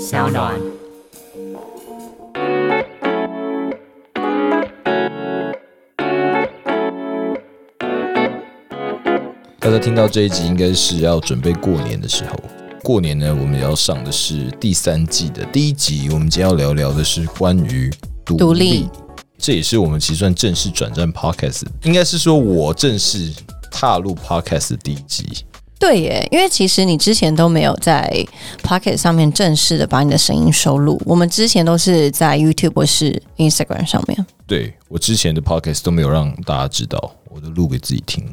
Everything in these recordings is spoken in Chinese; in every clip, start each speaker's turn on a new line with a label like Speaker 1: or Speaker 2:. Speaker 1: 小暖。
Speaker 2: 大家听到这一集，应该是要准备过年的时候。过年呢，我们要上的是第三季的第一集。我们今天要聊聊的是关于独立，
Speaker 1: 独立
Speaker 2: 这也是我们其实算正式转战 podcast，应该是说我正式踏入 podcast 的第一集。
Speaker 1: 对耶，因为其实你之前都没有在 Pocket 上面正式的把你的声音收录，我们之前都是在 YouTube 或是 Instagram 上面。
Speaker 2: 对我之前的 podcast 都没有让大家知道，我都录给自己听。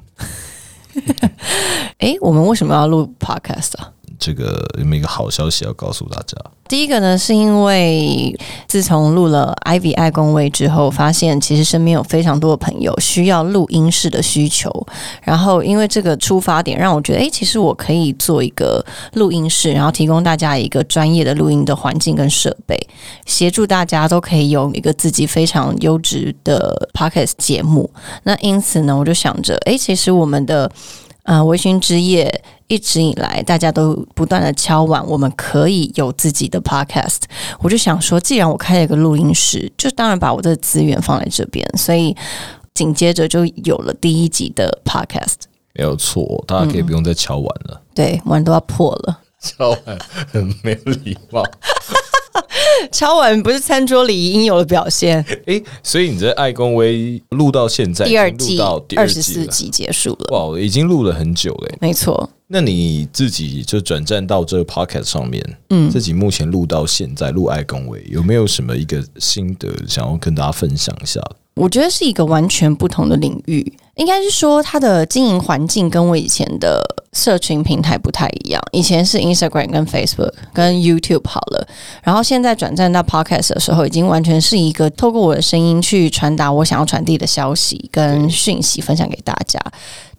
Speaker 1: 诶，我们为什么要录 Podcast 啊？
Speaker 2: 这个有没有一个好消息要告诉大家？
Speaker 1: 第一个呢，是因为自从录了 Ivy 爱公位之后，发现其实身边有非常多的朋友需要录音室的需求，然后因为这个出发点，让我觉得，诶，其实我可以做一个录音室，然后提供大家一个专业的录音的环境跟设备，协助大家都可以有一个自己非常优质的 podcast 节目。那因此呢，我就想着，诶，其实我们的呃微醺之夜一直以来，大家都不断的敲碗，我们可以有自己的 podcast。我就想说，既然我开了一个录音室，就当然把我的资源放在这边，所以紧接着就有了第一集的 podcast。
Speaker 2: 没有错，大家可以
Speaker 1: 嗯
Speaker 2: 不用再敲碗了，
Speaker 1: 对，碗都要破了，
Speaker 2: 敲碗很没有礼貌。
Speaker 1: 敲碗不是餐桌礼仪应有的表现。
Speaker 2: 诶，所以你这《爱公威》录到现在，
Speaker 1: 第二
Speaker 2: 已经
Speaker 1: 季
Speaker 2: 录到第
Speaker 1: 二
Speaker 2: 二
Speaker 1: 十四
Speaker 2: 了，
Speaker 1: 集结束了，
Speaker 2: 哇，已经录了很久嘞。
Speaker 1: 没错。
Speaker 2: 那你自己就转战到这个 Pocket 上面，嗯，自己目前录到现在录《爱公威》，有没有什么一个心得想要跟大家分享一下？
Speaker 1: 我觉得是一个完全不同的领域，应该是说它的经营环境跟我以前的社群平台不太一样。以前是 Instagram 跟 Facebook 跟 YouTube 好了，然后现在转战到 Podcast 的时候，已经完全是一个透过我的声音去传达我想要传递的消息跟讯息，分享给大家。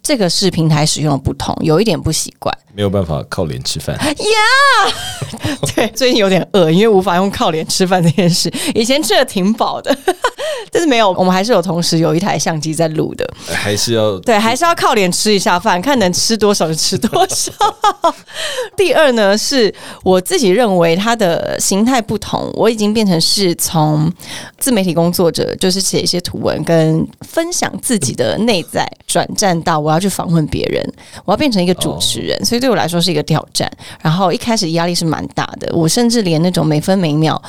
Speaker 1: 这个是平台使用的不同，有一点不习惯。
Speaker 2: 没有办法靠脸吃 饭，
Speaker 1: 对，最近有点饿，因为无法用靠脸吃饭这件事。以前吃的挺饱的， 但是没有，我们还是有同时有一台相机在录的。
Speaker 2: 还是要
Speaker 1: 对，还是要靠脸吃一下饭，看能吃多少就吃多少。第二呢，是我自己认为它的形态不同，我已经变成是从自媒体工作者，就是写一些图文跟分享自己的内在，转战到我要去访问别人，我要变成一个主持人，所以对我来说是一个挑战。然后一开始压力是蛮大的，我甚至连那种每分每秒。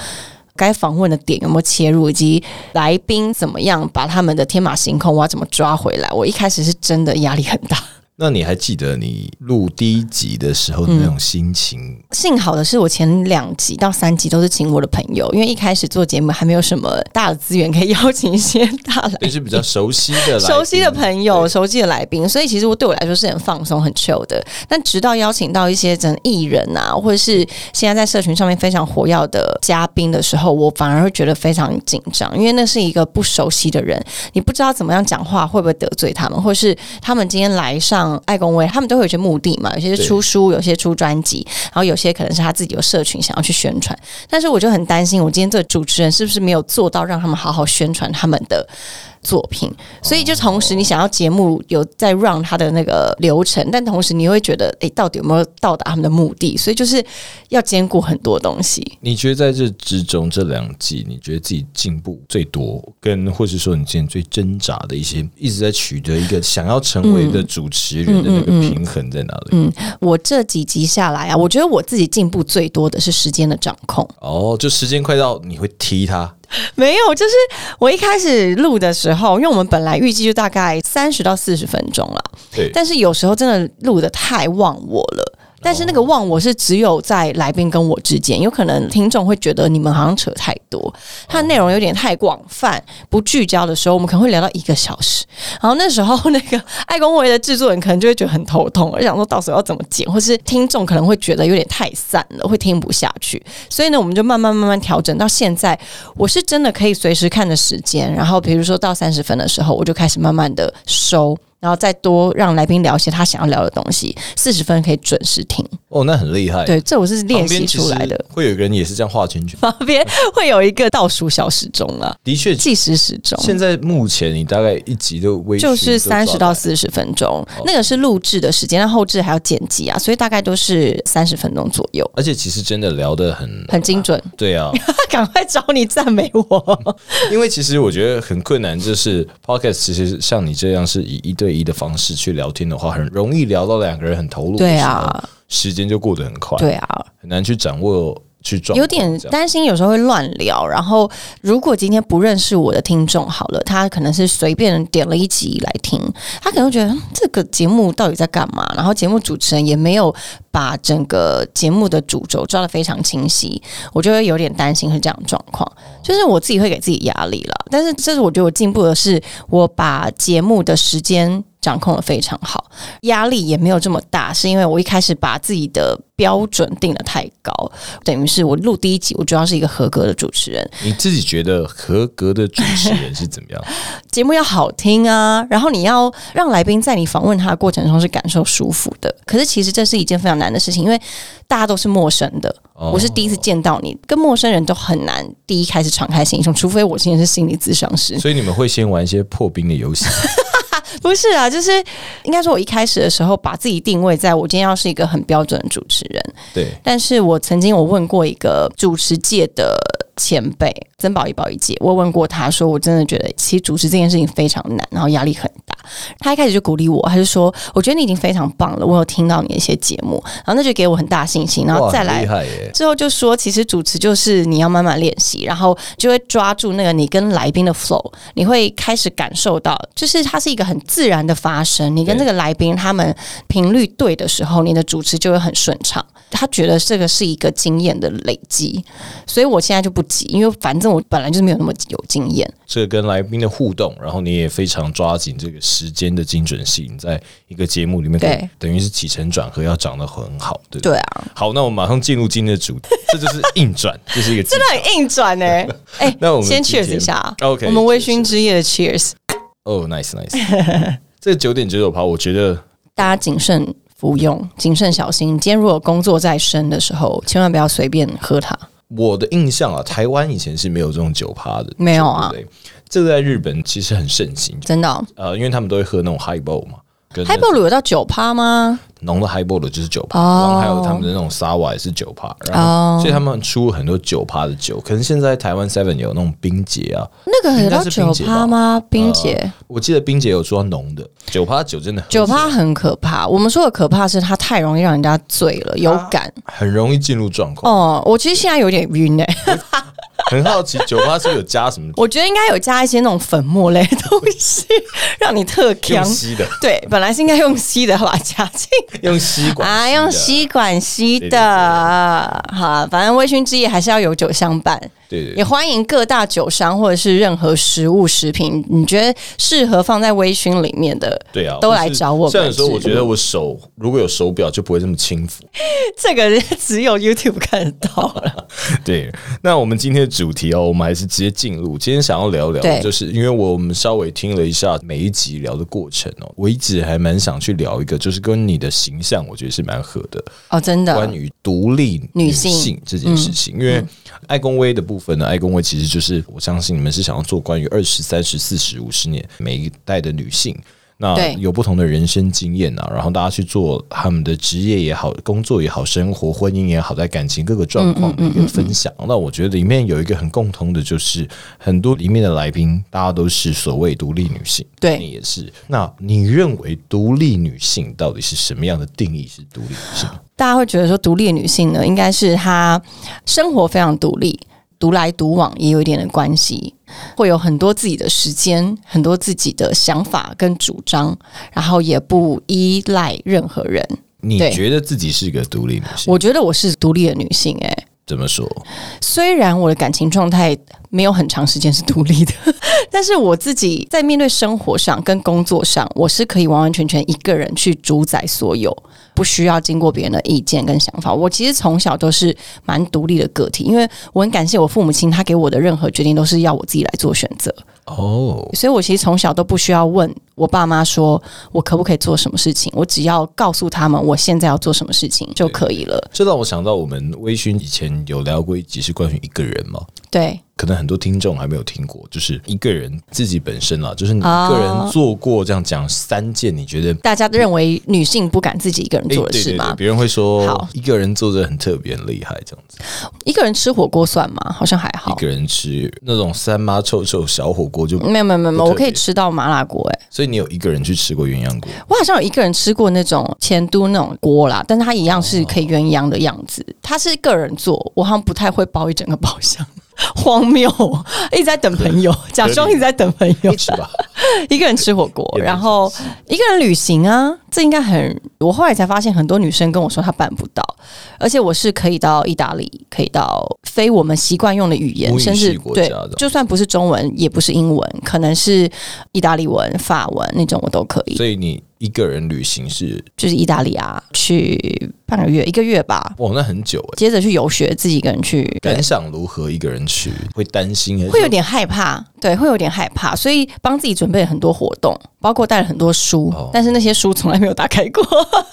Speaker 1: 该访问的点有没有切入，以及来宾怎么样把他们的天马行空，我要怎么抓回来？我一开始是真的压力很大。
Speaker 2: 那你还记得你录第一集的时候的那种心情？
Speaker 1: 幸好的是，我前两集到三集都是请我的朋友，因为一开始做节目还没有什么大的资源可以邀请一些大来
Speaker 2: 也是比较熟悉的来宾，
Speaker 1: 熟悉的朋友、
Speaker 2: 对
Speaker 1: 熟悉的来宾，所以其实我对我来说是很放松、很 chill 的。但直到邀请到一些真艺人啊，或者是现在在社群上面非常活跃的嘉宾的时候，我反而会觉得非常紧张，因为那是一个不熟悉的人，你不知道怎么样讲话会不会得罪他们，或是他们今天来上爱公微，他们都会有一些目的嘛，有些是
Speaker 2: 对
Speaker 1: 出书，有些出专辑，然后有些可能是他自己有社群想要去宣传。但是我就很担心，我今天这个主持人是不是没有做到让他们好好宣传他们的作品？所以就同时你想要节目有在让他的那个流程，但同时你又会觉得，诶，到底有没有到达他们的目的？所以就是要兼顾很多东西。
Speaker 2: 你觉得在这之中这两季，你觉得自己进步最多，跟或是说你之前最挣扎的一些，一直在取得一个想要成为的主持人的那个平衡在哪里？
Speaker 1: 嗯我这几集下来啊，我觉得我自己进步最多的是时间的掌控。
Speaker 2: 哦，就时间快到，你会踢他，
Speaker 1: 没有，就是我一开始录的时候，因为我们本来预计就大概三十到四十分钟了，
Speaker 2: 对，
Speaker 1: 但是有时候真的录的太忘我了。但是那个忘我是只有在来宾跟我之间，有可能听众会觉得你们好像扯太多，它内容有点太广泛，不聚焦的时候，我们可能会聊到一个小时。然后那时候那个爱公会的制作人可能就会觉得很头痛，而想说到时候要怎么剪，或是听众可能会觉得有点太散了，会听不下去。所以呢，我们就慢慢慢慢调整到现在，我是真的可以随时看着时间，然后比如说到三十分的时候，我就开始慢慢的收。然后再多让来宾聊一些他想要聊的东西，四十分可以准时听。
Speaker 2: 哦，那很厉害。
Speaker 1: 对，这我是
Speaker 2: 旁边
Speaker 1: 练习
Speaker 2: 其实
Speaker 1: 出来的。
Speaker 2: 会有一个人也是这样画圈圈，
Speaker 1: 旁边会有一个倒数小时钟啊，
Speaker 2: 的确，
Speaker 1: 计时时钟。
Speaker 2: 现在目前你大概一集都微
Speaker 1: 就是三十到
Speaker 2: 四。
Speaker 1: 四十分钟，那个是录制的时间，那后置还要剪辑啊，所以大概都是三十分钟左右，
Speaker 2: 而且其实真的聊得很
Speaker 1: 很精 准。
Speaker 2: 对啊，
Speaker 1: 赶快找你赞美我，
Speaker 2: 因为其实我觉得很困难，就是 podcast 其实像你这样是以一对一的方式去聊天的话，很容易聊到两个人很投入。
Speaker 1: 对，啊，
Speaker 2: 时间就过得很快，
Speaker 1: 对啊，
Speaker 2: 很难去掌握去状况
Speaker 1: 有点
Speaker 2: 这样
Speaker 1: 担心，有时候会乱聊。然后，如果今天不认识我的听众，好了，他可能是随便点了一集来听，他可能会觉得嗯这个节目到底在干嘛？然后节目主持人也没有把整个节目的主轴抓得非常清晰，我就会有点担心是这样的状况。就是我自己会给自己压力了，但是这是我觉得我进步的是，我把节目的时间。掌控的非常好，压力也没有这么大，是因为我一开始把自己的标准定得太高，等于是我录第一集，我主要是一个合格的主持人，
Speaker 2: 你自己觉得合格的主持人是怎么样？
Speaker 1: 节目要好听啊，然后你要让来宾在你访问他的过程中是感受舒服的。可是其实这是一件非常难的事情，因为大家都是陌生的，
Speaker 2: 哦
Speaker 1: 我是第一次见到你，跟陌生人都很难第一开始敞开心胸，除非我今天是心理咨商师。
Speaker 2: 所以你们会先玩一些破冰的游戏，
Speaker 1: 不是啊，就是应该说，我一开始的时候把自己定位在我今天要是一个很标准的主持人，
Speaker 2: 对，
Speaker 1: 但是我曾经我问过一个主持界的前辈曾宝仪宝仪姐，我问过她说，我真的觉得其实主持这件事情非常难，然后压力很大。她一开始就鼓励我，她就说，我觉得你已经非常棒了，我有听到你的一些节目，然后那就给我很大信心， 然后
Speaker 2: 哇
Speaker 1: 再
Speaker 2: 很
Speaker 1: 来
Speaker 2: 厉。害耶！
Speaker 1: 之后就说，其实主持就是你要慢慢练习，然后就会抓住那个你跟来宾的 flow，你会开始感受到，就是它是一个很自然的发生。你跟
Speaker 2: 对
Speaker 1: 这个来宾他们频率对的时候，你的主持就会很顺畅。他觉得这个是一个经验的累积，所以我现在就不急，因为反正我本来就是没有那么有经验。
Speaker 2: 这个跟来宾的互动，然后你也非常抓紧这个时间的精准性，在一个节目里面，
Speaker 1: 对，
Speaker 2: 等于是起承转合要讲得很好，对不对？
Speaker 1: 对啊，
Speaker 2: 好，那我们马上进入今天的 主题，这就是硬转，这是一个技巧
Speaker 1: 那很硬转呢、 欸。哎、
Speaker 2: 那我们
Speaker 1: 先
Speaker 2: 今
Speaker 1: cheers
Speaker 2: 天
Speaker 1: 一下啊
Speaker 2: OK，
Speaker 1: 我们微
Speaker 2: cheers
Speaker 1: 醺之夜的 cheers，
Speaker 2: 哦、n i c e nice，这 九点九九趴，我觉得
Speaker 1: 大家谨慎服用，谨慎小心。今天如果工作在身的时候，千万不要随便喝它。
Speaker 2: 我的印象啊，台湾以前是没有这种酒趴的，
Speaker 1: 没有啊
Speaker 2: 对不对这个在日本其实很盛行，
Speaker 1: 真的、哦、
Speaker 2: 呃，因为他们都会喝那种 highball 嘛，跟那
Speaker 1: h i g h b a l l 有到九趴吗？
Speaker 2: 浓的 highball 的就是酒趴，
Speaker 1: 哦
Speaker 2: 然后还有他们的那种 sawa 也是酒趴，然后、
Speaker 1: 哦
Speaker 2: 所以他们出很多酒趴的酒，可能现在台湾 seven 有那种冰姐啊，
Speaker 1: 那个有
Speaker 2: 应该
Speaker 1: 到
Speaker 2: 是
Speaker 1: 九
Speaker 2: 冰姐吧呃
Speaker 1: 趴吗？冰姐，
Speaker 2: 我记得冰姐有出到浓的酒趴酒真的很
Speaker 1: 九趴、很可怕。我们说的可怕是它太容易让人家醉了，有感。
Speaker 2: 很容易进入状况，
Speaker 1: 哦，我其实现在有点晕哎、
Speaker 2: 很好奇酒趴是不是有加什么
Speaker 1: 我觉得应该有加一些那种粉末类的东西， 让你特
Speaker 2: 用
Speaker 1: 强。
Speaker 2: 吸 的，
Speaker 1: 对，本来是应该用吸的，把它加进
Speaker 2: 用吸管
Speaker 1: 啊，
Speaker 2: 的
Speaker 1: 用吸管吸
Speaker 2: 对对
Speaker 1: 的，好，反正微醺之夜还是要有酒相伴，
Speaker 2: 对对对
Speaker 1: 也欢迎各大酒商或者是任何食物食品，你觉得适合放在微醺里面的，
Speaker 2: 对啊，
Speaker 1: 都
Speaker 2: 或
Speaker 1: 来
Speaker 2: 是
Speaker 1: 找我们
Speaker 2: 像有时候我
Speaker 1: 是
Speaker 2: 觉得我手如果有手表就不会这么轻 浮。
Speaker 1: 这个只有 YouTube 看得到了。
Speaker 2: 对，那我们今天的主题哦，我们还是直接进入。今天想要聊聊的，
Speaker 1: 对
Speaker 2: 就是因为我们稍微听了一下每一集聊的过程哦，我一直还蛮想去聊一个，就是跟你的形象，我觉得是蛮合的，
Speaker 1: 哦，真
Speaker 2: 关
Speaker 1: 的，
Speaker 2: 于独立
Speaker 1: 女性嗯
Speaker 2: 性这件事情。因为爱公威的部分呢，爱公威其实就是我相信你们是想要做关于二十三、十四、十五十年每一代的女性。那
Speaker 1: 对
Speaker 2: 有不同的人生经验啊，然后大家去做他们的职业也好、工作也好、生活、婚姻也好，在感情各个状况
Speaker 1: 嗯
Speaker 2: 的一个分享。那我觉得里面有一个很共通的，就是很多里面的来宾，大家都是所谓独立女性，
Speaker 1: 对
Speaker 2: 你也是。那你认为独立女性到底是什么样的定义是独立女性？
Speaker 1: 大家会觉得说独立的女性呢，应该是她生活非常独立。独来独往也有一点的关系，会有很多自己的时间，很多自己的想法跟主张，然后也不依赖任何人。
Speaker 2: 你
Speaker 1: 对
Speaker 2: 觉得自己是个独立女性？
Speaker 1: 我觉得我是独立的女性、欸，
Speaker 2: 怎么说？
Speaker 1: 虽然我的感情状态没有很长时间是独立的， 但是我自己在面对生活上跟工作上，我是可以完完全全一个人去主宰所有，不需要经过别人的意见跟想法。我其实从小都是蛮独立的个体，因为我很感谢我父母亲，他给我的任何决定都是要我自己来做选择，
Speaker 2: 哦，
Speaker 1: 所以我其实从小都不需要问我爸妈说我可不可以做什么事情，我只要告诉他们我现在要做什么事情就可以了。
Speaker 2: 这让我想到我们微醺以前有聊过一集是关于一个人嘛，
Speaker 1: 对，
Speaker 2: 可能很多听众还没有听过，就是一个人自己本身啦，就是你一
Speaker 1: 哦
Speaker 2: 个人做过这样讲三件你觉得
Speaker 1: 大家认为女性不敢自己一个人
Speaker 2: 诶
Speaker 1: 做的
Speaker 2: 对
Speaker 1: 事
Speaker 2: 对
Speaker 1: 吗
Speaker 2: 对？别人会说
Speaker 1: 好
Speaker 2: 一个人做着很特别很厉害这样子，
Speaker 1: 一个人吃火锅算吗？好像还好嗯
Speaker 2: 一。个人吃那种三妈臭臭小火锅就，
Speaker 1: 没有没有没有没
Speaker 2: 不
Speaker 1: 有，
Speaker 2: 特
Speaker 1: 我可以
Speaker 2: 别
Speaker 1: 吃到麻辣锅哎、
Speaker 2: 所以你有一个人去吃过鸳鸯锅，
Speaker 1: 我好像有一个人吃过那种前都那种锅啦，但是它一样是可以鸳鸯的样子。它是个人做，我好像不太会包一整个包厢， 荒谬！一直在等朋友，假装一直在等朋友
Speaker 2: 一，起吧，
Speaker 1: 一个人吃火锅，
Speaker 2: 也没
Speaker 1: 然后一个人旅行啊，这应该很。我后来才发现，很多女生跟我说她办不到，而且我是可以到意大利，可以到非我们习惯用的语言，
Speaker 2: 母语系
Speaker 1: 甚至
Speaker 2: 国家
Speaker 1: 对
Speaker 2: 这样，
Speaker 1: 就算不是中文，也不是英文，可能是意大利文、法文那种，我都可以。
Speaker 2: 所以你一个人旅行是
Speaker 1: 就是意大利啊，去半个月、一个月吧，
Speaker 2: 哇，那很久哎、
Speaker 1: 接着去游学，自己一个人去，对
Speaker 2: 感，想如何？一个人去会担心，
Speaker 1: 会有点害怕，对，会有点害怕，所以帮自己准备了很多活动，包括带了很多书，
Speaker 2: 哦
Speaker 1: 但是那些书从来没有打开过，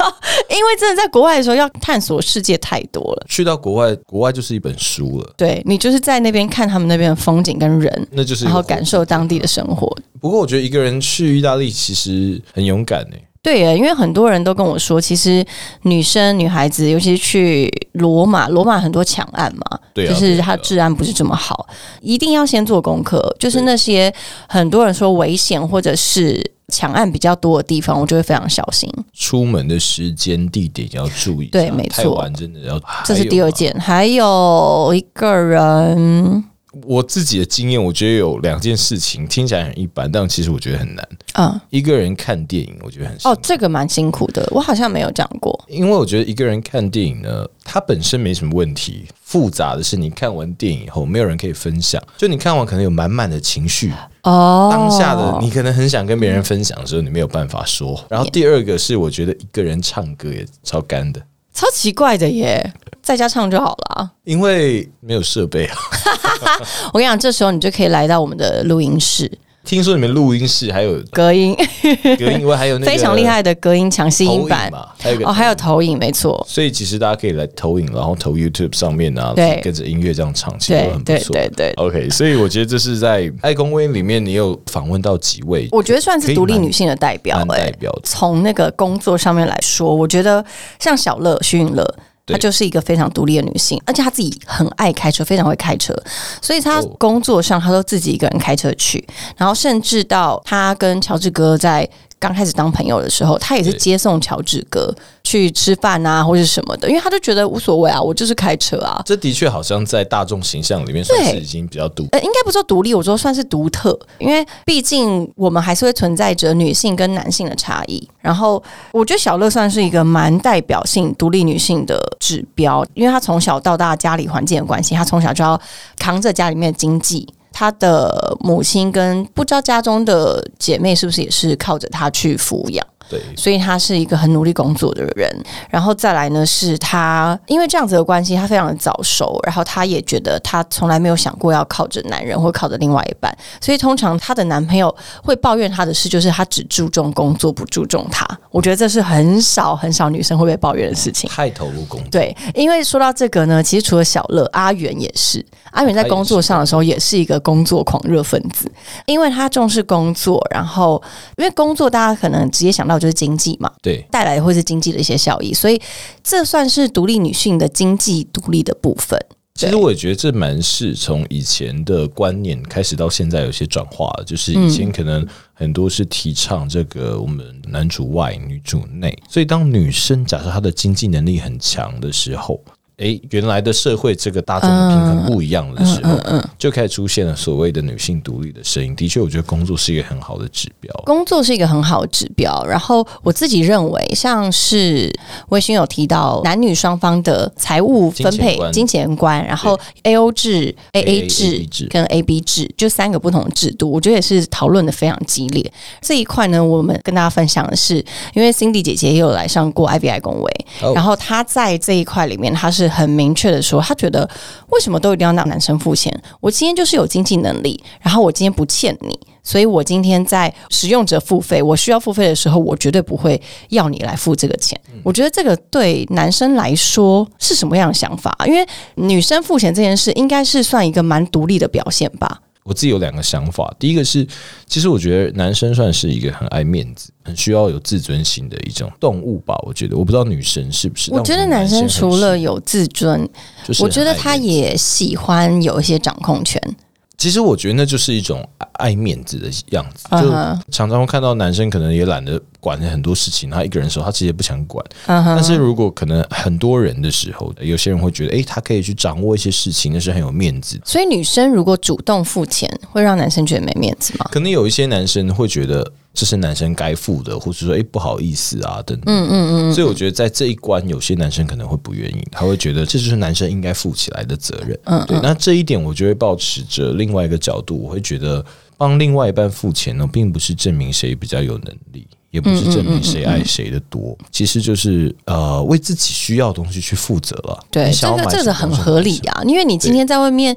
Speaker 1: 因为真的在国外的时候要探索世界太多了。
Speaker 2: 去到国外，国外就是一本书了。
Speaker 1: 对你就是在那边看他们那边的风景跟人，
Speaker 2: 那就是一
Speaker 1: 然
Speaker 2: 个
Speaker 1: 后
Speaker 2: 活动
Speaker 1: 感受当地的生活。
Speaker 2: 不过我觉得一个人去意大利其实很勇敢欸诶、
Speaker 1: 对耶，因为很多人都跟我说，其实女生、女孩子，尤其是去罗马，罗马很多抢案嘛，
Speaker 2: 对啊
Speaker 1: 就是它
Speaker 2: 对啊
Speaker 1: 治安不是这么好，一定要先做功课。就是那些很多人说危险或者是抢案比较多的地方，我就会非常小心。
Speaker 2: 出门的时间、地点要注意一下。
Speaker 1: 对没错
Speaker 2: 太晚真的要。
Speaker 1: 这是第二
Speaker 2: 还有
Speaker 1: 件，还有一个人，
Speaker 2: 吗。我自己的经验，我觉得有两件事情听起来很一般，但其实我觉得很难。
Speaker 1: 嗯，
Speaker 2: 一个人看电影，我觉得很辛
Speaker 1: 哦
Speaker 2: 苦，
Speaker 1: 这个蛮辛苦的，我好像没有讲过。
Speaker 2: 因为我觉得一个人看电影呢，它本身没什么问题。复杂的是，你看完电影以后，没有人可以分享。就你看完，可能有满满的情绪，
Speaker 1: 哦，嗯
Speaker 2: 当下的你可能很想跟别人分享的时候，你没有办法说。然后第二个是，我觉得一个人唱歌也超干的，
Speaker 1: 超奇怪的耶，在家唱就好了啊。
Speaker 2: 因为没有设备啊。
Speaker 1: 我跟你讲，这时候你就可以来到我们的录音室，
Speaker 2: 听说你们录音室还 有
Speaker 1: 隔音。
Speaker 2: 隔音以外，还有那个
Speaker 1: 非常厉害的隔音墙、吸
Speaker 2: 投
Speaker 1: 音
Speaker 2: 影
Speaker 1: 板
Speaker 2: 嘛，还有一个
Speaker 1: 哦，还有投影，没错，
Speaker 2: 所以其实大家可以来投影，然后投 YouTube 上面啊，
Speaker 1: 对
Speaker 2: 跟着音乐这样唱，其实都
Speaker 1: 对
Speaker 2: 很不
Speaker 1: 对
Speaker 2: 错。哦
Speaker 1: 对对，
Speaker 2: OK，所以我觉得这是在爱公微里面，你有访问到几位
Speaker 1: 我觉得算
Speaker 2: 可
Speaker 1: 是
Speaker 2: 以
Speaker 1: 独立
Speaker 2: 蛮
Speaker 1: 女性的代表
Speaker 2: 蛮
Speaker 1: 哎、
Speaker 2: 代表的，
Speaker 1: 从那个工作上面来说，我觉得像小乐、徐允乐。
Speaker 2: 对
Speaker 1: 她就是一个非常独立的女性，而且她自己很爱开车，非常会开车，所以她
Speaker 2: 哦
Speaker 1: 工作上她都自己一个人开车去，然后甚至到她跟乔治哥在刚开始当朋友的时候，她也是
Speaker 2: 对
Speaker 1: 接送乔治哥去吃饭啊或是什么的，因为她就觉得无所谓啊，我就是开车啊，
Speaker 2: 这的确好像在大众形象里面算是已经比较独
Speaker 1: 呃，应该不说独立，我说算是独特，因为毕竟我们还是会存在着女性跟男性的差异。然后，我觉得小乐算是一个蛮代表性独立女性的指标，因为她从小到大家里环境的关系，她从小就要扛着家里面的经济。她的母亲跟不知道家中的姐妹是不是也是靠着她去抚养。
Speaker 2: 对。
Speaker 1: 所以他是一个很努力工作的人。然后再来呢，是他因为这样子的关系，他非常的早熟，然后他也觉得他从来没有想过要靠着男人或靠着另外一半，所以通常她的男朋友会抱怨她的事，就是他只注重工作，不注重她。我觉得这是很少很少女生会被抱怨的事情。
Speaker 2: 太投入工作，
Speaker 1: 对，因为说到这个呢，其实除了小乐，阿元也是。阿元在工作上的时候也是一个工作狂热分子，因为他重视工作，然后因为工作大家可能直接想到就是经济嘛，
Speaker 2: 对，
Speaker 1: 带来会是经济的一些效益，所以这算是独立女性的经济独立的部分。
Speaker 2: 其实我也觉得这蛮是从以前的观念开始到现在有些转化，就是以前可能很多是提倡这个我们男主外女主内，所以当女生假设她的经济能力很强的时候，诶，原来的社会这个大众的平衡不一样的时候，就开始出现了所谓的女性独立的声音。的确，我觉得工作是一个很好的指标。
Speaker 1: 工作是一个很好的指标，然后我自己认为，像是微醺有提到男女双方的财务分
Speaker 2: 金
Speaker 1: 配
Speaker 2: 钱、观
Speaker 1: 金钱观，然后 A O 制、A A
Speaker 2: AA
Speaker 1: 制
Speaker 2: 制
Speaker 1: 跟 A B 制，就三个不同的制度，我觉得也是讨论的非常激烈。这一块呢，我们跟大家分享的是，因为 Cindy 姐姐也有来上过 I V I 工委，
Speaker 2: 哦
Speaker 1: 然后她在这一块里面，她是就是很明确的说，他觉得为什么都一定要让男生付钱？我今天就是有经济能力，然后我今天不欠你，所以我今天在使用者付费，我需要付费的时候，我绝对不会要你来付这个钱。
Speaker 2: 嗯
Speaker 1: 我觉得这个对男生来说是什么样的想法？啊因为女生付钱这件事，应该是算一个蛮独立的表现吧。
Speaker 2: 我自己有两个想法，第一个是，其实我觉得男生算是一个很爱面子、很需要有自尊心的一种动物吧。我觉得，我不知道女生是不是。
Speaker 1: 我觉得男生
Speaker 2: 生
Speaker 1: 除了，有自尊，
Speaker 2: 就是
Speaker 1: 我
Speaker 2: 很
Speaker 1: 觉得
Speaker 2: 爱
Speaker 1: 他
Speaker 2: 面子
Speaker 1: 也喜欢有一些掌控权。
Speaker 2: 其实我觉得那就是一种爱面子的样子，
Speaker 1: 嗯
Speaker 2: 就
Speaker 1: 哼
Speaker 2: 常常会看到男生可能也懒得管很多事情，他一个人的时候，他其实也不想管。
Speaker 1: 嗯哼
Speaker 2: 但是如果可能很多人的时候，有些人会觉得，诶，他可以去掌握一些事情，那是很有面子。
Speaker 1: 所以女生如果主动付钱，会让男生觉得没面子吗？
Speaker 2: 可能有一些男生会觉得这是男生该付的，或者说诶不好意思啊等等。嗯嗯嗯。所以我觉得在这一关，有些男生可能会不愿意，他会觉得这就是男生应该负起来的责任。嗯对。那这一点，我就会保持着另外一个角度，我会觉得帮另外一半付钱呢，并不是证明谁比较有能力。也不是证明谁爱谁的多，
Speaker 1: 嗯
Speaker 2: 其实就是呃为自己需要的东西去负责了。
Speaker 1: 对，
Speaker 2: 你
Speaker 1: 这
Speaker 2: 想要
Speaker 1: 个
Speaker 2: 买
Speaker 1: 这
Speaker 2: 什
Speaker 1: 个
Speaker 2: 么
Speaker 1: 很
Speaker 2: 东西
Speaker 1: 合
Speaker 2: 买什
Speaker 1: 理
Speaker 2: 么
Speaker 1: 啊，因为你今天在外面。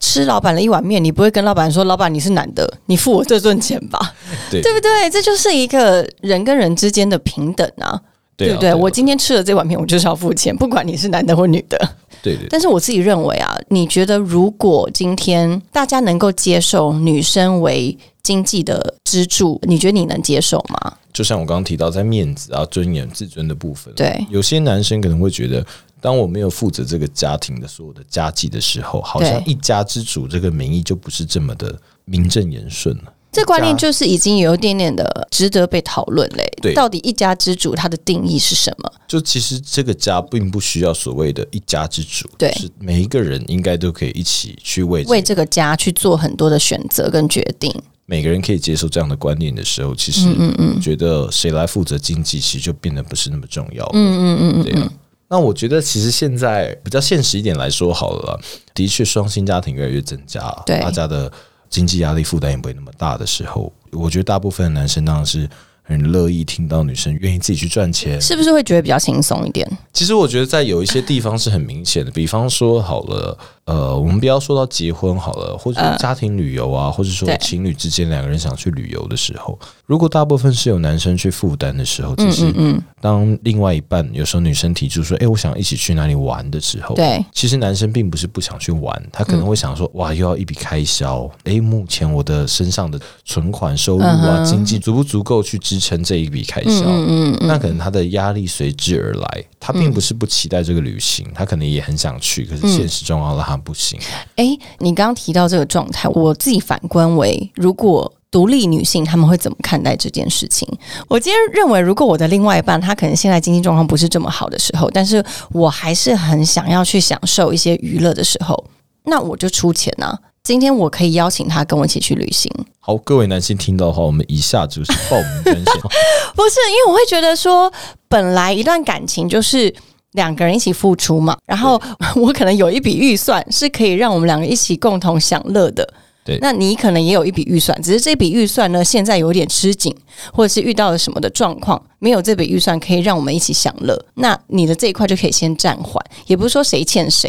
Speaker 1: 吃老板的一碗面，你不会跟老板说：“老板，你是男的，你付我这顿钱 吧，
Speaker 2: 对啊
Speaker 1: 对不对？”这就是一个人跟人之间的平等啊，
Speaker 2: 对啊
Speaker 1: 不
Speaker 2: 对
Speaker 1: 对？
Speaker 2: 啊
Speaker 1: 我今天吃了这碗面，我就是要付钱，不管你是男的或女的。
Speaker 2: 对啊对
Speaker 1: 但是我自己认为啊，你觉得如果今天大家能够接受女生为经济的支柱，你觉得你能接受吗？
Speaker 2: 就像我刚刚提到，在面子啊、尊严、自尊的部分，啊
Speaker 1: 对
Speaker 2: 有些男生可能会觉得，当我没有负责这个家庭的所有的家计的时候，好像
Speaker 1: 对
Speaker 2: 一家之主这个名义就不是这么的名正言顺了。
Speaker 1: 这观念就是已经有一点点的值得被讨论嘞。
Speaker 2: 对
Speaker 1: 到底一家之主它的定义是什么？
Speaker 2: 就其实这个家并不需要所谓的一家之主，
Speaker 1: 对
Speaker 2: 就是每一个人应该都可以一起去为这
Speaker 1: 为这个家去做很多的选择跟决定。
Speaker 2: 每个人可以接受这样的观念的时候，其
Speaker 1: 嗯
Speaker 2: 实觉得谁来负责经济，其实就变得不是那么重要。嗯嗯嗯，对啊。那我觉得其实现在比较现实一点来说好了啦，的确双薪家庭越来越增加，
Speaker 1: 对
Speaker 2: 大家的经济压力负担也不会那么大的时候，我觉得大部分的男生当然是很乐意听到女生愿意自己去赚钱，
Speaker 1: 是不是会觉得比较轻松一点？
Speaker 2: 其实我觉得在有一些地方是很明显的，比方说好了，呃，我们不要说到结婚好了，或者
Speaker 1: 嗯
Speaker 2: 家庭旅游啊，或者说
Speaker 1: 对
Speaker 2: 情侣之间两个人想去旅游的时候，如果大部分是由男生去负担的时候，其
Speaker 1: 嗯
Speaker 2: 实当另外一半有时候女生提出说，哎、我想一起去哪里玩的时候，
Speaker 1: 对，
Speaker 2: 其实男生并不是不想去玩，他可能会想说，哇，又要一笔开销，诶，目前我的身上的存款、收入啊、经济足不足够去支撑这一笔开销？
Speaker 1: 嗯
Speaker 2: 那可能他的压力随之而来。他并不是不期待这个旅行，他可能也很想去，可是现实状况让他不行。
Speaker 1: 诶，哎你刚刚提到这个状态，我自己反观为，如果独立女性她们会怎么看待这件事情？我今天认为，如果我的另外一半他可能现在经济状况不是这么好的时候，但是我还是很想要去享受一些娱乐的时候，那我就出钱啊。今天我可以邀请他跟我一起去旅行，
Speaker 2: 好，各位男性听到的话，我们以下就是报名专线。
Speaker 1: 不是，因为我会觉得说，本来一段感情就是。两个人一起付出嘛，然后我可能有一笔预算是可以让我们两个一起共同享乐的。
Speaker 2: 对
Speaker 1: 那你可能也有一笔预算，只是这笔预算呢，现在有点吃紧，或者是遇到了什么的状况，没有这笔预算可以让我们一起享乐。那你的这一块就可以先暂缓，也不是说谁欠谁。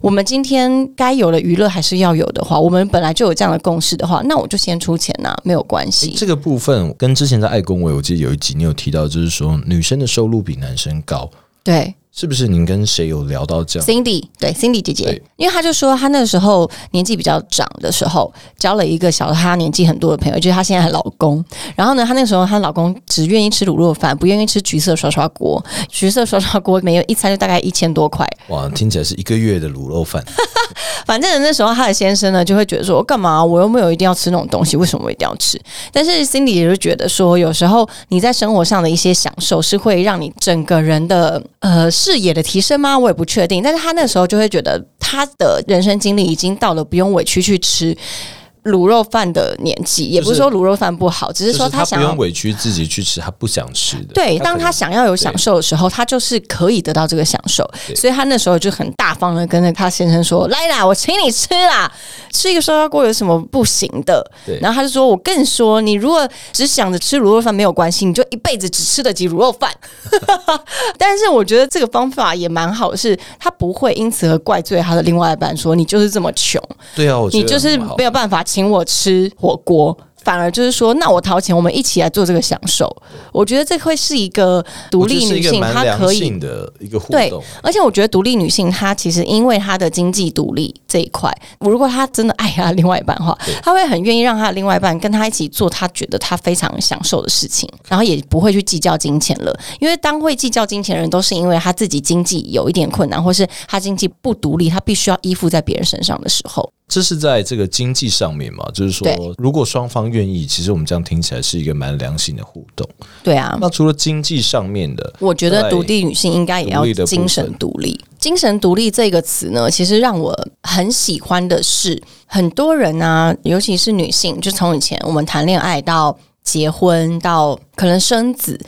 Speaker 1: 我们今天该有的娱乐还是要有的话，我们本来就有这样的共识的话，那我就先出钱呐、啊没有关系。
Speaker 2: 这个部分跟之前在爱公委，我记得有一集你有提到，就是说女生的收入比男生高，
Speaker 1: 对，
Speaker 2: 是不是？您跟谁有聊到这样？
Speaker 1: Cindy 对 Cindy 姐姐
Speaker 2: 对，
Speaker 1: 因为她就说她那时候年纪比较长的时候，交了一个小她年纪很多的朋友，就是她现在的老公。然后呢，她那时候她老公只愿意吃卤肉饭，不愿意吃橘色刷刷锅。橘色刷刷锅每一餐就大概一千多块。
Speaker 2: 哇，听起来是一个月的卤肉饭。
Speaker 1: 反正那时候她的先生呢就会觉得说，干嘛我又没有一定要吃那种东西，为什么我一定要吃？但是 Cindy 也就觉得说，有时候你在生活上的一些享受是会让你整个人的呃视野的提升吗？我也不确定。但是她那时候就会觉得，她的人生经历已经到了不用委屈去吃。卤肉饭的年纪，也不是说卤肉饭不好，只是说
Speaker 2: 就是他
Speaker 1: 想
Speaker 2: 不
Speaker 1: 要
Speaker 2: 用委屈自己去吃他不想吃的。
Speaker 1: 对，
Speaker 2: 可
Speaker 1: 当
Speaker 2: 能
Speaker 1: 他想要有享受的时候，他就是可以得到这个享受，
Speaker 2: 对
Speaker 1: 所以他那时候就很大方的跟着他先生说：“来啦，我请你吃啦，吃一个烧烧锅有什么不行的
Speaker 2: 对？”
Speaker 1: 然后他就说：“我更说，你如果只想着吃卤肉饭没有关系，你就一辈子只吃得起卤肉饭。” 但是我觉得这个方法也蛮好，是他不会因此而怪罪他的另外一半说：“你就是这么穷，
Speaker 2: 对啊，我觉得
Speaker 1: 你就是
Speaker 2: 很好
Speaker 1: 没有办法请我吃火锅，反而就是说，那我掏钱，我们一起来做这个享受。我觉得这会是一个独
Speaker 2: 我觉
Speaker 1: 立
Speaker 2: 得是
Speaker 1: 女
Speaker 2: 一个
Speaker 1: 性，
Speaker 2: 蛮
Speaker 1: 她
Speaker 2: 良
Speaker 1: 可以。
Speaker 2: 性的一个互
Speaker 1: 对
Speaker 2: 动。，
Speaker 1: 而且我觉得独立女性她其实因为她的经济独立这一块，如果她真的爱她另外一半的话，她会很愿意让她的另外一半跟她一起做她觉得她非常享受的事情，然后也不会去计较金钱了。因为当会计较金钱的人，都是因为他自己经济有一点困难，或是他经济不独立，他必须要依附在别人身上的时候。
Speaker 2: 这是在这个经济上面嘛，就是
Speaker 1: 对
Speaker 2: 说，如果双方愿意，其实我们这样听起来是一个蛮良性的互动。
Speaker 1: 对啊，
Speaker 2: 那除了经济上面的，
Speaker 1: 我觉得
Speaker 2: 对
Speaker 1: 独立女性应该也要
Speaker 2: 独立的部分
Speaker 1: 精神独立。精神独立这个词呢，其实让我很喜欢的是，很多人啊，尤其是女性，就从以前我们谈恋爱到结婚到可能生子，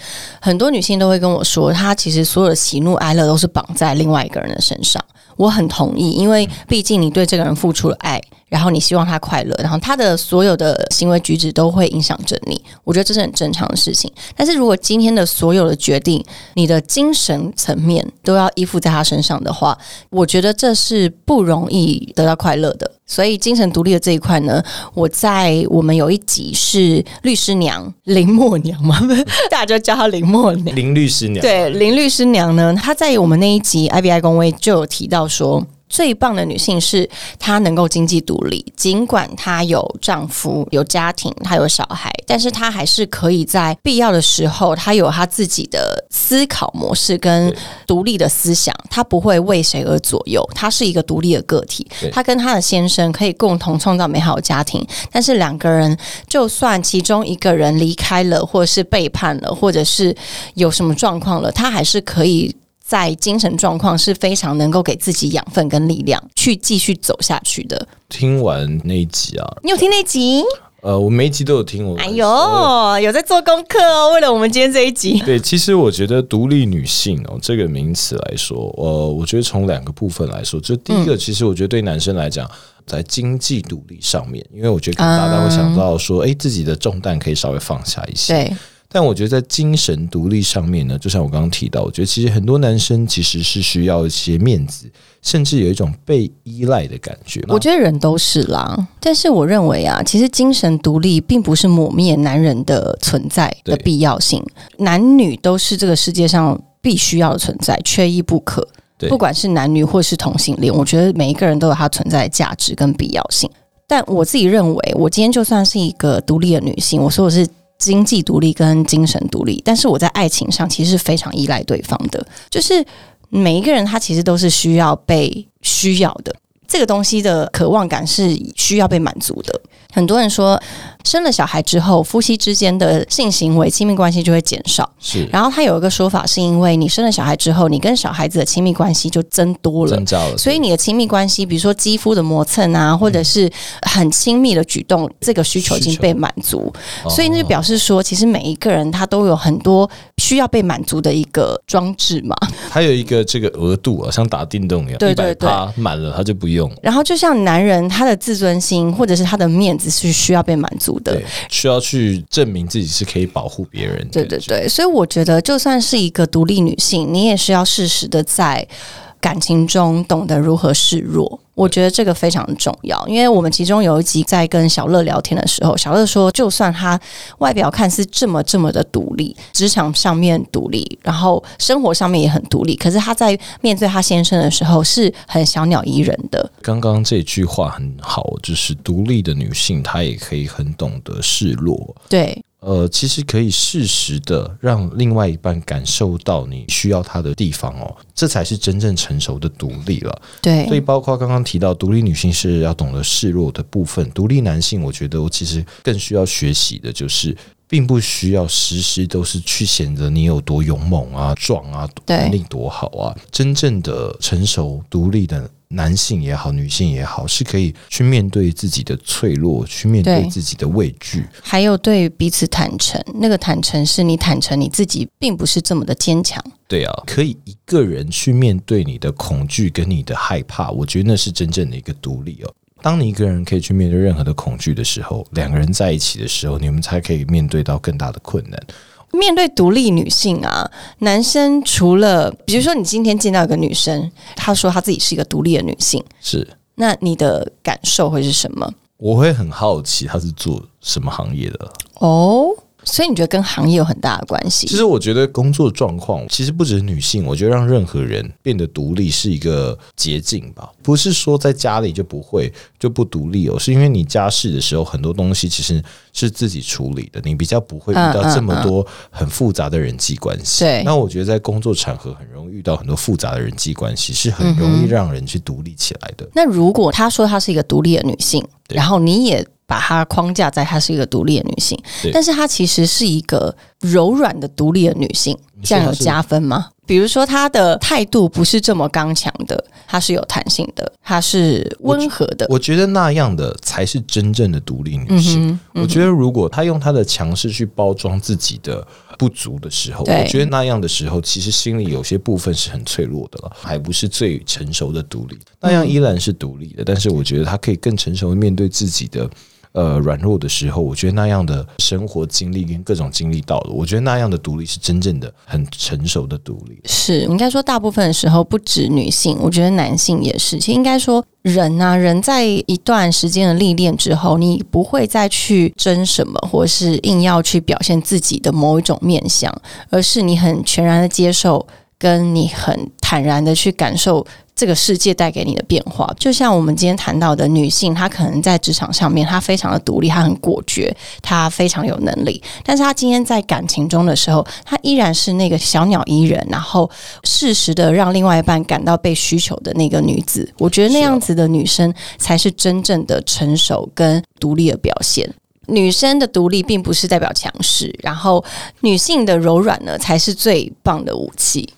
Speaker 1: 很多女性都会跟我说，她其实所有的喜怒哀乐都是绑在另外一个人的身上。我很同意，因为毕竟你对这个人付出了爱，然后你希望他快乐，然后他的所有的行为举止都会影响着你。我觉得这是很正常的事情。但是如果今天的所有的决定，你的精神层面都要依附在他身上的话，我觉得这是不容易得到快乐的。所以精神独立的这一块呢，我在我们有一集是律师娘林默娘嘛， 大家就叫她林默娘。
Speaker 2: 林律师娘，
Speaker 1: 对，林律师娘呢，她在我们那一集 IBI 公威就有提到说。最棒的女性是她能够经济独立，尽管她有丈夫、有家庭、她有小孩，但是她还是可以在必要的时候，她有她自己的思考模式跟
Speaker 2: 对
Speaker 1: 独立的思想，她不会为谁而左右，她是一个独立的个体
Speaker 2: 对。
Speaker 1: 她跟她的先生可以共同创造美好的家庭，但是两个人就算其中一个人离开了，或是背叛了，或者是有什么状况了，他还是可以在精神状况是非常能够给自己养分跟力量，去继续走下去的。
Speaker 2: 听完那一集啊，
Speaker 1: 你有听那集？
Speaker 2: 呃，我每一集都有听我。
Speaker 1: 哎呦，有在做功课哦，为了我们今天这一集。
Speaker 2: 对，其实我觉得“独立女性”哦这个名词来说，呃，我觉得从两个部分来说，就第一
Speaker 1: 嗯
Speaker 2: 个，其实我觉得对男生来讲，在经济独立上面，因为我觉得可能大家会想到说，哎、自己的重担可以稍微放下一些。
Speaker 1: 啊对，
Speaker 2: 但我觉得在精神独立上面呢，就像我刚刚提到，我觉得其实很多男生其实是需要一些面子，甚至有一种被依赖的感觉。
Speaker 1: 我觉得人都是啦，但是我认为啊，其实精神独立并不是抹灭男人的存在的
Speaker 2: 对
Speaker 1: 必要性，男女都是这个世界上必须要的存在，缺一不可。
Speaker 2: 对
Speaker 1: 不管是男女或是同性恋，我觉得每一个人都有他存在的价值跟必要性。但我自己认为，我今天就算是一个独立的女性，我说我是经济独立跟精神独立，但是我在爱情上其实是非常依赖对方的。就是每一个人他其实都是需要被需要的，这个东西的渴望感是需要被满足的。很多人说，生了小孩之后，夫妻之间的性行为、亲密关系就会减少。
Speaker 2: 是
Speaker 1: 然后他有一个说法，是因为你生了小孩之后，你跟小孩子的亲密关系就增多了
Speaker 2: 增。加了，
Speaker 1: 所以你的亲密关系，比如说肌肤的磨蹭啊，或者是很亲密的举动，这个需求已经
Speaker 2: 嗯需求
Speaker 1: 被满足，
Speaker 2: 哦
Speaker 1: 所以那就表示说，其实每一个人他都有很多需要被满足的一个装置嘛。
Speaker 2: 它有一个这个额度啊，像打电动一样，
Speaker 1: 对
Speaker 2: 一百
Speaker 1: 对对
Speaker 2: 趴满了它就不用了。
Speaker 1: 然后就像男人，他的自尊心或者是他的面子是需要被满足的
Speaker 2: 对。，需要去证明自己是可以保护别人的。
Speaker 1: 对对对，所以我觉得，就算是一个独立女性，你也是要适时的在感情中懂得如何示弱。我觉得这个非常重要，因为我们其中有一集在跟小乐聊天的时候，小乐说，就算她外表看似这么这么的独立，职场上面独立，然后生活上面也很独立，可是她在面对她先生的时候是很小鸟依人的。
Speaker 2: 刚刚这句话很好，就是独立的女性她也可以很懂得示弱。
Speaker 1: 对
Speaker 2: 呃，其实可以适时的让另外一半感受到你需要他的地方哦，这才是真正成熟的独立了。
Speaker 1: 对
Speaker 2: 所以，包括刚刚提到，独立女性是要懂得示弱的部分；独立男性，我觉得我其实更需要学习的就是，并不需要时时都是去显得你有多勇猛啊、壮啊、
Speaker 1: 对
Speaker 2: 能力多好啊。真正的成熟独立的男性也好，女性也好，是可以去面对自己的脆弱，去面对
Speaker 1: 对
Speaker 2: 自己的畏惧。
Speaker 1: 还有对彼此坦诚，那个坦诚是你坦诚你自己并不是这么的坚强，
Speaker 2: 对啊，可以一个人去面对你的恐惧跟你的害怕，我觉得那是真正的一个独立哦。当你一个人可以去面对任何的恐惧的时候，两个人在一起的时候，你们才可以面对到更大的困难。
Speaker 1: 面对独立女性啊，男生除了比如说你今天见到一个女生，她说她自己是一个独立的女性，
Speaker 2: 是，
Speaker 1: 那你的感受会是什么？
Speaker 2: 我会很好奇他是做什么行业的。
Speaker 1: 哦，所以你觉得跟行业有很大的关
Speaker 2: 其
Speaker 1: 系？
Speaker 2: 实我觉得工作状况其实不只是女性，我觉得让任何人变得独立是一个捷径吧。不是说在家里就不会就不独立哦，是因为你家事的时候很多东西其实是自己处理的，你比较不会遇到
Speaker 1: 嗯嗯
Speaker 2: 这么多很复杂的人际关系。
Speaker 1: 对
Speaker 2: 那我觉得在工作场合很容易遇到很多复杂的人际关系，
Speaker 1: 嗯
Speaker 2: 是很容易让人去独立起来的。
Speaker 1: 那如果她说她是一个独立的女性，
Speaker 2: 对
Speaker 1: 然后你也把她框架在她是一个独立的女性
Speaker 2: 对，
Speaker 1: 但是她其实是一个柔软的独立的女性，
Speaker 2: 你
Speaker 1: 这
Speaker 2: 说她
Speaker 1: 样有
Speaker 2: 是
Speaker 1: 加分吗？比如说她的态度不是这么刚强的，她是有弹性的，她是温和的。
Speaker 2: 我觉得那样的才是真正的独立女
Speaker 1: 嗯
Speaker 2: 性。
Speaker 1: 哼，
Speaker 2: 我觉得如果他用他的强势去包装自己的不足的时候，
Speaker 1: 对
Speaker 2: 我觉得那样的时候，其实心里有些部分是很脆弱的了，还不是最成熟的独立。那
Speaker 1: 嗯
Speaker 2: 样依然是独立的，但是我觉得他可以更成熟的面对自己的。呃，软弱的时候，我觉得那样的生活经历跟各种经历到了，我觉得那样的独立是真正的很成熟的独立。
Speaker 1: 是应该说，大部分的时候不止女性，我觉得男性也是。其实应该说，人呐、人在一段时间的历练之后，你不会再去争什么，或是硬要去表现自己的某一种面相，而是你很全然的接受，跟你很坦然的去感受。这个世界带给你的变化，就像我们今天谈到的女性，她可能在职场上面，她非常的独立，她很果决，她非常有能力。但是她今天在感情中的时候，她依然是那个小鸟依人，然后适时的让另外一半感到被需求的那个女子。我觉得那样子的女生才是真正的成熟跟独立的表现。女生的独立并不是代表强势，然后女性的柔软呢，才是最棒的武器。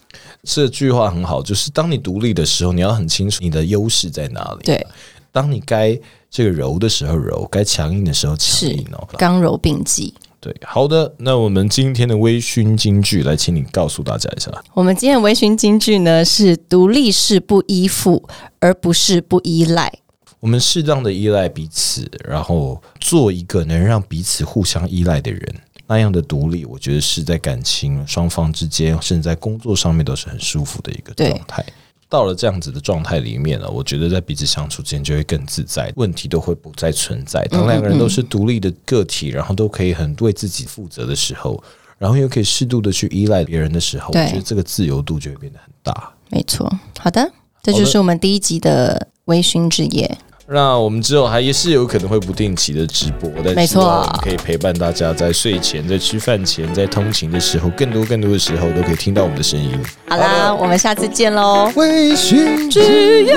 Speaker 2: 这句话很好，就是当你独立的时候，你要很清楚你的优势在哪里。
Speaker 1: 对，
Speaker 2: 当你该这个柔的时候柔，该强硬的时候强
Speaker 1: 是
Speaker 2: 硬哦。
Speaker 1: 刚柔并济。
Speaker 2: 对，好的，那我们今天的微醺金句，来，请你告诉大家一下。
Speaker 1: 我们今天的微醺金句呢是：独立是不依附，而不是不依赖。
Speaker 2: 我们适当的依赖彼此，然后做一个能让彼此互相依赖的人，那样的独立，我觉得是在感情双方之间，甚至在工作上面都是很舒服的一个
Speaker 1: 对
Speaker 2: 状态。到了这样子的状态里面呢，我觉得在彼此相处之间就会更自在，问题都会不再存
Speaker 1: 嗯
Speaker 2: 在。当两个人都是独立的个体，然后都可以很为自己负责的时候，然后又可以适度的去依赖别人的时候，我
Speaker 1: 对
Speaker 2: 觉得这个自由度就会变得很大。
Speaker 1: 没错，好的，这就是我们第一集的微醺之夜。
Speaker 2: 那我们之后还也是有可能会不定期的直播，但
Speaker 1: 没
Speaker 2: 希
Speaker 1: 错
Speaker 2: 望我们可以陪伴大家在睡前、在吃饭前、在通勤的时候，更多更多的时候都可以听到我们的声音。
Speaker 1: 好啦，我们下次见喽。
Speaker 2: 微醺
Speaker 1: 之夜。